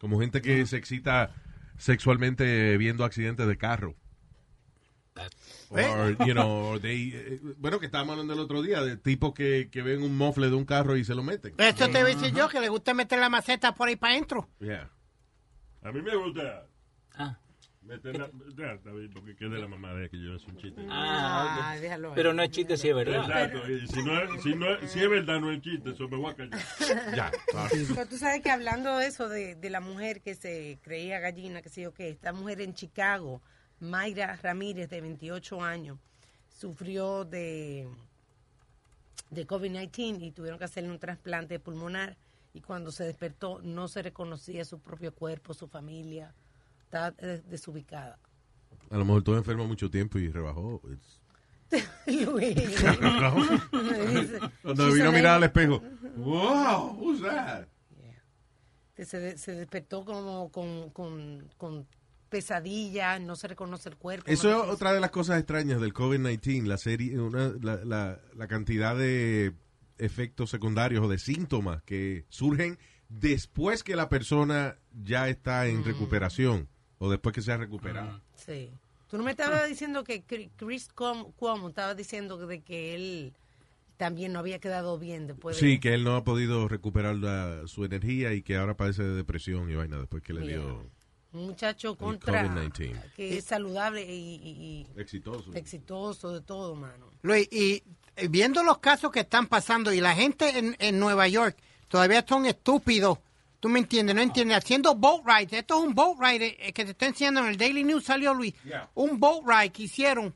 Como gente que se excita sexualmente viendo accidentes de carro. Or, you know, or they- eh, bueno, que estábamos hablando el otro día de tipos que, que ven un mofle de un carro y se lo meten. Esto te voy a decir yo, que le gusta meter la maceta por ahí para adentro. Yeah. A mí me gusta. Ah. Meter la, ya, está bien, porque quede la mamá de que yo es un chiste. Ah, ok. déjalo ahí. Pero no es chiste si es verdad. Exacto. Y si, no, es- si, no, es- si es verdad, no es chiste. Eso me voy a callar. Ya. Pero tú sabes que hablando de eso, de, de la mujer que se creía gallina, que sé yo qué, esta mujer en Chicago, Mayra Ramírez, de 28 años, sufrió de, de COVID-19 y tuvieron que hacerle un trasplante pulmonar. Y cuando se despertó, no se reconocía su propio cuerpo, su familia. Estaba eh, desubicada. A lo mejor tú enfermo mucho tiempo y rebajó. It's- Luis. Cuando She's vino a mirar al amazing. espejo. Wow, who's that? que se, de- se despertó como con, con, con pesadillas, no se reconoce el cuerpo. Eso no es otra de las cosas extrañas del COVID-19, la serie, una- la, la- la cantidad de efectos secundarios o de síntomas que surgen después que la persona ya está en recuperación o después que se ha recuperado. Sí. Tú no me estabas diciendo que Cri- Chris Com- Cuomo estaba diciendo de que él también no había quedado bien después de- Sí, que él no ha podido recuperar la- su energía y que ahora padece de depresión y vaina después que le Mira. dio un muchacho el contra COVID-19. que es saludable y, y- y Exitoso. exitoso de todo, mano. Luis, y eh, viendo los casos que están pasando y la gente en, en Nueva York todavía son estúpidos. ¿Tú me entiendes? ¿No entiendes? Haciendo boat rides. Esto es un boat ride eh, eh, que te estoy enseñando en el Daily News. Salió Luis. Yeah. Un boat ride que hicieron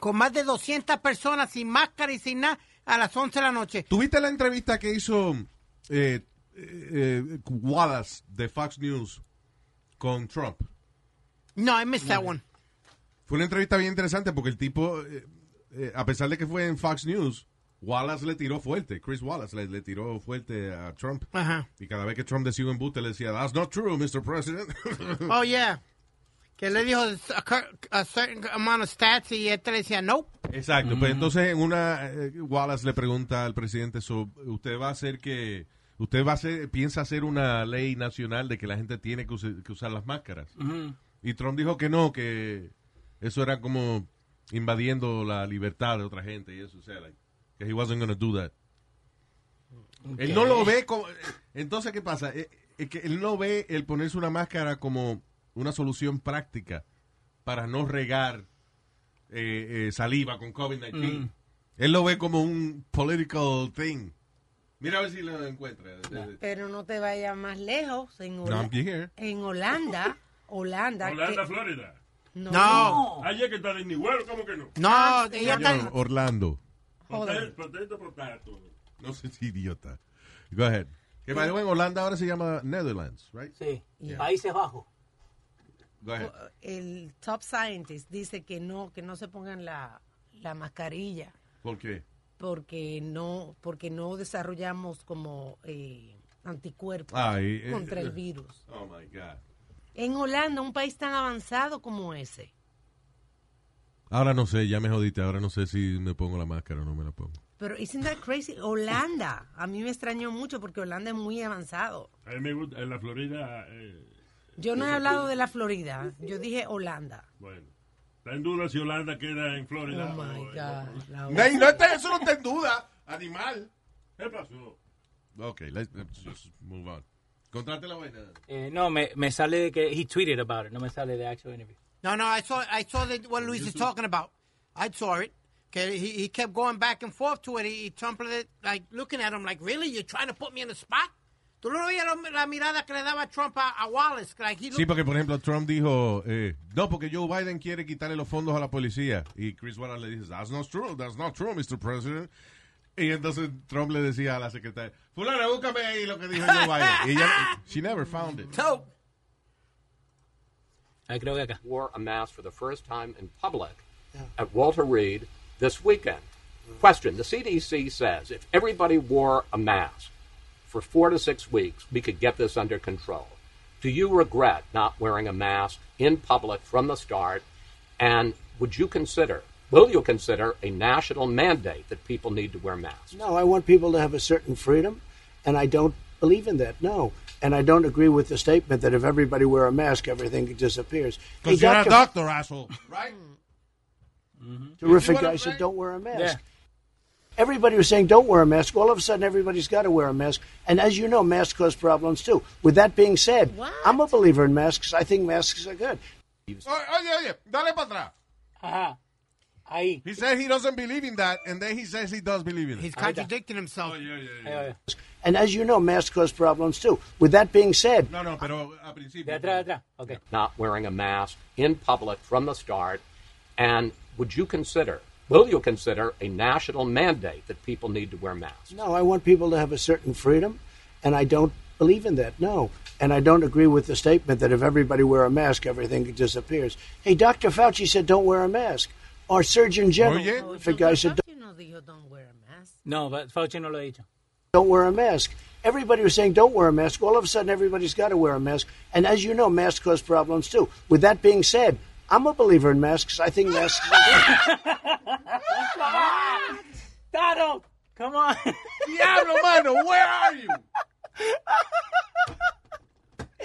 con más de 200 personas sin máscara y sin nada a las 11 de la noche. ¿Tuviste la entrevista que hizo eh, eh, eh, Wallace de Fox News con Trump? No, I missed that one. Fue una entrevista bien interesante porque el tipo, eh, eh, a pesar de que fue en Fox News, Wallace le tiró fuerte, Chris Wallace le, le tiró fuerte a Trump. Ajá. Y cada vez que Trump decía un embuste le decía, that's not true, Mr. President. Oh, yeah. Que le dijo a, cur- a certain amount of stats y este le decía, nope. Exacto, pues entonces en una eh, Wallace le pregunta al presidente, so, usted va a hacer que usted va a hacer piensa hacer una ley nacional de que la gente tiene que, use- que usar las máscaras. Ujú. Y Trump dijo que no, que eso era como invadiendo la libertad de otra gente y eso, o sea, like, que he wasn't gonna do that. Él no lo ve como entonces qué pasa? Eh, Es que él no ve el ponerse una máscara como una solución práctica para no regar eh, eh, saliva con COVID-19. Mm. Él lo ve como un political thing. Mira a ver si lo encuentra. Pero no te vayas más lejos. En, Hola- I'm here. en Holanda, Holanda. Holanda, que- Florida. no, No. Ayer que está Disney World, ¿cómo que no? No, ella está... Señor Orlando. Joder. Patente protecto. No sé si idiota. Go ahead. Que by the way, en Holanda ahora se llama Netherlands, right? Sí. Países Bajos. Go ahead. el top scientist dice que no, que no se pongan la, la mascarilla ¿Por qué? porque no, porque no desarrollamos como eh, anticuerpos Ay, eh, contra eh. el virus. Oh my God. En Holanda, un país tan avanzado como ese. Ahora no sé, ya me jodiste. Ahora no sé si me pongo la máscara o no me la pongo. Pero isn't that crazy? Holanda, a mí me extrañó mucho porque Holanda es muy avanzado. A mí me gusta, en la Florida, eh, Yo no he hablado de la Florida, yo dije Holanda. bueno. Está en duda si Holanda queda en Oh Florida. my o- God. la No, no está, eso no está en duda, animal. ¿Qué pasó? Ok, let's, let's just move on. Contrate la vaina. Eh, no, me, me sale de que he tweeted about it, no me sale de actual interview. No, no, I saw, I saw that what Luis is talking about. I saw it. Okay, he, he kept going back and forth to it. He, he tumbled it, like looking at him, like, really? You're trying to put me in a spot? Tú no veías lo- la mirada que le daba Trump a, a Wallace. Like, he Sí, looked- porque por ejemplo Trump dijo, eh, no, porque Joe Biden quiere quitarle los fondos a la policía. Y Chris Wallace le dice, that's not true, that's not true, Mr. President. Y entonces Trump le decía a la secretaria, fulana, búscame ahí lo que dijo Joe Biden. Y ella, she never found it. Ah, Wore a mask for the first time in public at Walter Reed this weekend. Question The CDC says if everybody wore a mask for four to six weeks, we could get this under control. Do you regret not wearing a mask in public from the start? And would you consider, will you consider a national mandate that people need to wear masks? No, I want people to have a certain freedom, and I don't believe in that. No. And I don't agree with the statement that if everybody wear a mask, everything disappears. Hey, Because you're a doctor- doctor, asshole. Right? Terrific You wanna guy said, play? don't wear a mask. Yeah. Everybody was saying, don't wear a mask. All of a sudden, everybody's got to wear a mask. And as you know, masks cause problems too. With that being said, I'm a believer in masks. I think masks are good. Oye, oye, oh, dale para atrás. Ajá. Ahí. He said he doesn't believe in that, and then he says he does believe in it. He's contradicting Oh, himself. And as you know, masks cause problems too. With that being said, No, no, pero a principio. De atrás, de atrás. Okay. not wearing a mask in public from the start? And would you consider, will you consider a national mandate that people need to wear masks? No, I want people to have a certain freedom, and I don't believe in that. No, and I don't agree with the statement that if everybody wear a mask, everything disappears. Hey, Dr. Fauci said don't wear a mask. Our Oh, Surgeon General, terrific guy, said don't, No, but Fauci no lo ha dicho. don't wear a mask. Everybody was saying don't wear a mask. All of a sudden, everybody's got to wear a mask. And as you know, masks cause problems too. With that being said, I'm a believer in masks. I think masks. Donald, come on. Diablo, mano, where are you?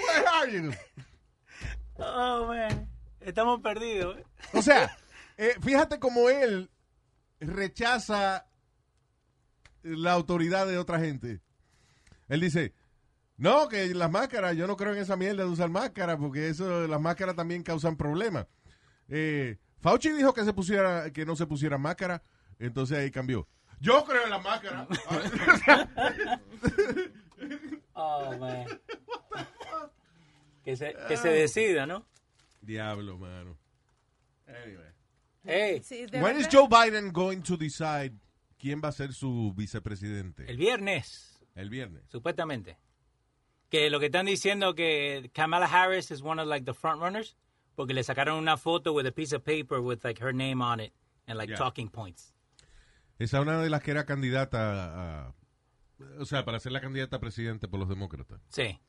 Where are you? Oh, man. Estamos perdidos. O sea, eh, fíjate cómo él rechaza la autoridad de otra gente. Él dice, no, que las máscaras, yo no creo en esa mierda de usar máscaras, porque eso, las máscaras también causan problemas. Eh, Fauci dijo que se pusiera, que no se pusiera máscara, entonces ahí cambió. Yo creo en la máscara. Oh, man. Que se, que se decida, ¿no? Diablo, mano. Hey. When is Joe Biden going to decide quién va a ser su vicepresidente? El viernes, El viernes. supuestamente. Que lo que están diciendo que Kamala Harris is one of like the front runners porque le sacaron una foto with a piece of paper with like her name on it and like Yeah. talking points. Esa es una de las que era candidata a- O sea, para ser la candidata a presidente por los demócratas. Sí.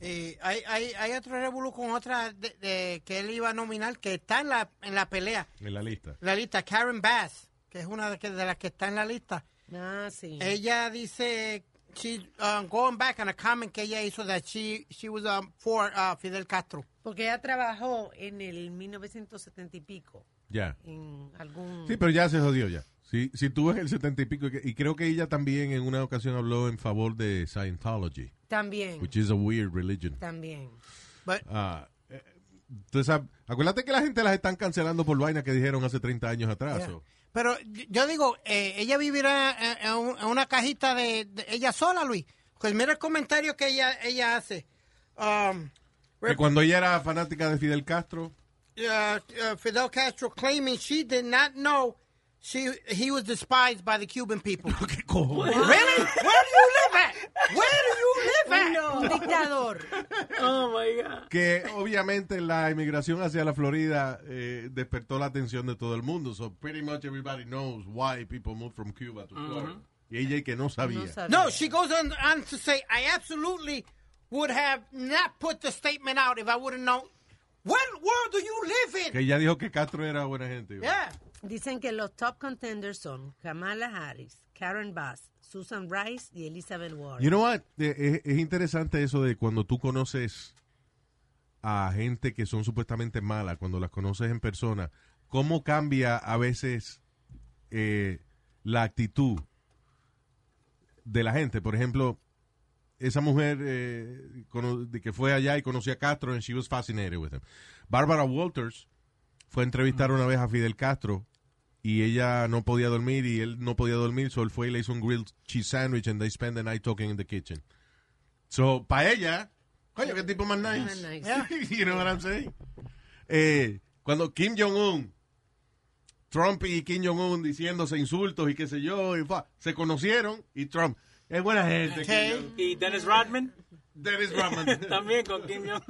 Eh, hay, hay, hay otro revuelo con otra de- de- que él iba a nominar que está en la, en la pelea. En la lista. La lista, Karen Bass, que es una de, que- de las que está en la lista. Ah, sí. Ella dice, she, um, going back on a comment que ella hizo that she, she was um, for uh, Fidel Castro. Porque ella trabajó en el 1970 y pico. Ya. En algún... Sí, pero ya se jodió ya. Si, si tú ves el setenta y pico, y que- y creo que ella también en una ocasión habló en favor de Scientology. También. Which is a weird religion. También. Ah, eh, entonces, ah, acuérdate que la gente las están cancelando por vaina que dijeron hace 30 años atrás. Yeah. Ah, so. Pero yo yo digo, eh, ella vivirá en, en un- en una cajita de, de ella sola, Luis. Pues mira el comentario que ella, ella hace. Um, Que cuando ella era fanática de Fidel Castro, uh, uh, Fidel Castro claiming she did not know she he was despised by the Cuban people. really? Where do you live at? Where do you live at? Un dictador. Oh my God. que obviamente la emigración hacia la Florida eh, despertó la atención de todo el mundo. So pretty much everybody knows why people moved from Cuba to Florida. Y ella que no sabía. No, she goes on, on to say, I absolutely would have not put the statement out if I would have known. What world do you live in? Que ella dijo que Castro era buena gente. Dicen que los top contenders son Kamala Harris, Karen Bass, Susan Rice y Elizabeth Warren. You know what? Eh, Es, es interesante eso de cuando tú conoces a gente que son supuestamente malas, cuando las conoces en persona, cómo cambia a veces eh, la actitud de la gente. Por ejemplo, esa mujer eh, cono- de que fue allá y conoció a Castro and she was fascinated with him. Barbara Walters fue a entrevistar una vez a Fidel Castro y ella no podía dormir y él no podía dormir, so él fue y le hizo un grilled cheese sandwich and they spent the night talking in the kitchen. So, para ella, coño, qué tipo más nice. Más nice. you know what I'm saying? Eh, cuando Kim Jong-un, Trump y Kim Jong-un diciéndose insultos y qué sé yo, y fa, se conocieron y Trump, es buena gente. Kim Jong-un. Y Dennis Rodman. Dennis Rodman. También con Kim Jong.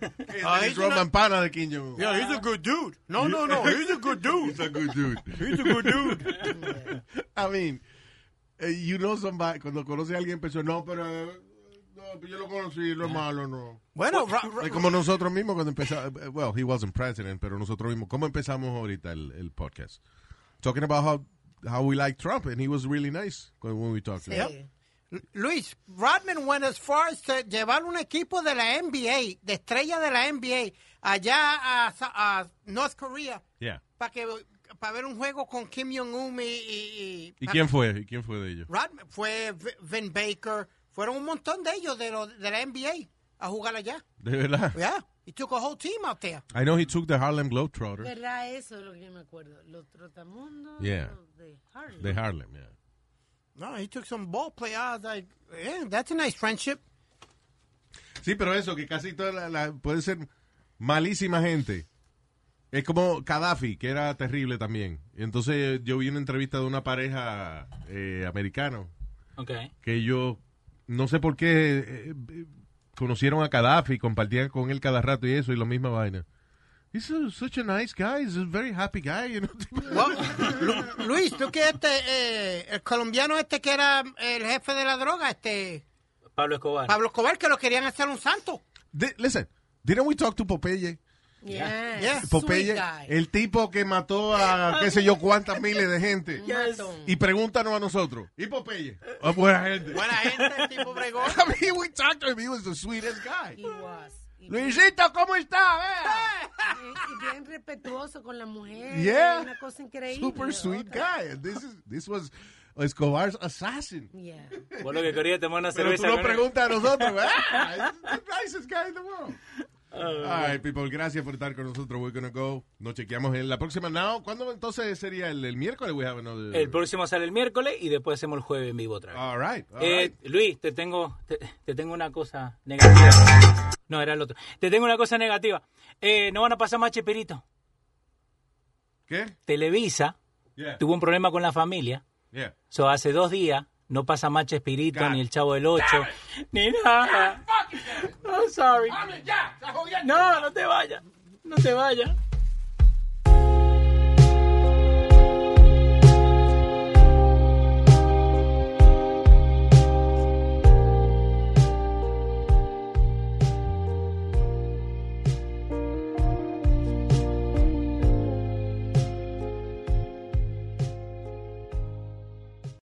Dennis Rodman, pana de Kim Jong-un. Yeah, he's a good dude. No, no, no, he's a good dude. he's a good dude. He's a good dude. I mean, eh, you know somebody, cuando conoce a alguien en persona, no, pero eh, no, pero yo lo conocí, lo es malo, no. Bueno, Ra- Ra- Es como nosotros mismos cuando empezamos, eh, well, he wasn't president, pero nosotros mismos, ¿cómo empezamos ahorita el, el podcast? Talking about how, how we like Trump, and he was really nice when we talked to him. Yep. Lu- Luis, Rodman went as far as to llevar un equipo de la NBA, de estrella de la NBA, allá a, Sa- a North Korea Yeah. para que para ver un juego con Kim Jong-un y... y- ¿Y pa- quién fue? ¿Y quién fue de ellos? Rodman, fue V- Vin Baker, fueron un montón de ellos de, lo- de la NBA a jugar allá. De verdad. Yeah, he took a whole team out there. I know he took the Harlem Globetrotters. ¿Verdad? Eso es lo que yo me acuerdo. Los trotamundos Yeah. de Harlem. De Harlem, yeah. No, he took some ball players. Like, yeah, that's a nice friendship. Sí, pero eso, que casi toda la, la- puede ser malísima gente. Es como Gaddafi, que era terrible también. Entonces yo vi una entrevista de una pareja eh, americano Ok. que yo no sé por qué eh, eh, conocieron a Gaddafi, compartían con él cada rato y eso y la misma vaina. He's a- such a nice guy, he's a very happy guy, you know. Well, Oh, Lu- Luis, tú que este, eh, el colombiano este que era el jefe de la droga, este Pablo Escobar. Pablo Escobar, que lo querían hacer un santo. Di- listen, didn't we talk to Popeye? Yeah. Yeah. Popeye, el tipo que mató a qué sé yo cuántas miles de gente. Y pregúntanos a nosotros. ¿Y Popeye? Ah, buena gente. Buena gente, el tipo bregó. I mean, we talked to him. He was the sweetest guy. He was. Luisito, ¿cómo está? Vea. Bien- Y bien respetuoso con la mujer. Yeah. Una cosa increíble. Super sweet guy. And This, is, this was Escobar's assassin. Yeah. Vos lo que querías tomar una Pero tú cerveza. no con él. preguntas a nosotros. ¿verdad? He's the nicest guy in the world. All right, people, gracias por estar con nosotros. We're gonna go. Nos chequeamos en la próxima. Now, ¿cuándo entonces sería el, el miércoles? We have another- El próximo sale el miércoles y después hacemos el jueves en vivo otra vez. All right, Oh, all Eh, right. Luis, te tengo, te, te tengo una cosa negativa. No, era el otro. Te tengo una cosa negativa. Eh, no van a pasar más Chespirito. ¿Qué? Televisa Yeah. tuvo un problema con la familia. Yeah. So, hace dos días no pasa más Chespirito, ni el Chavo del Ocho, ni nada. I'm sorry. No, no te vayas. No te vayas.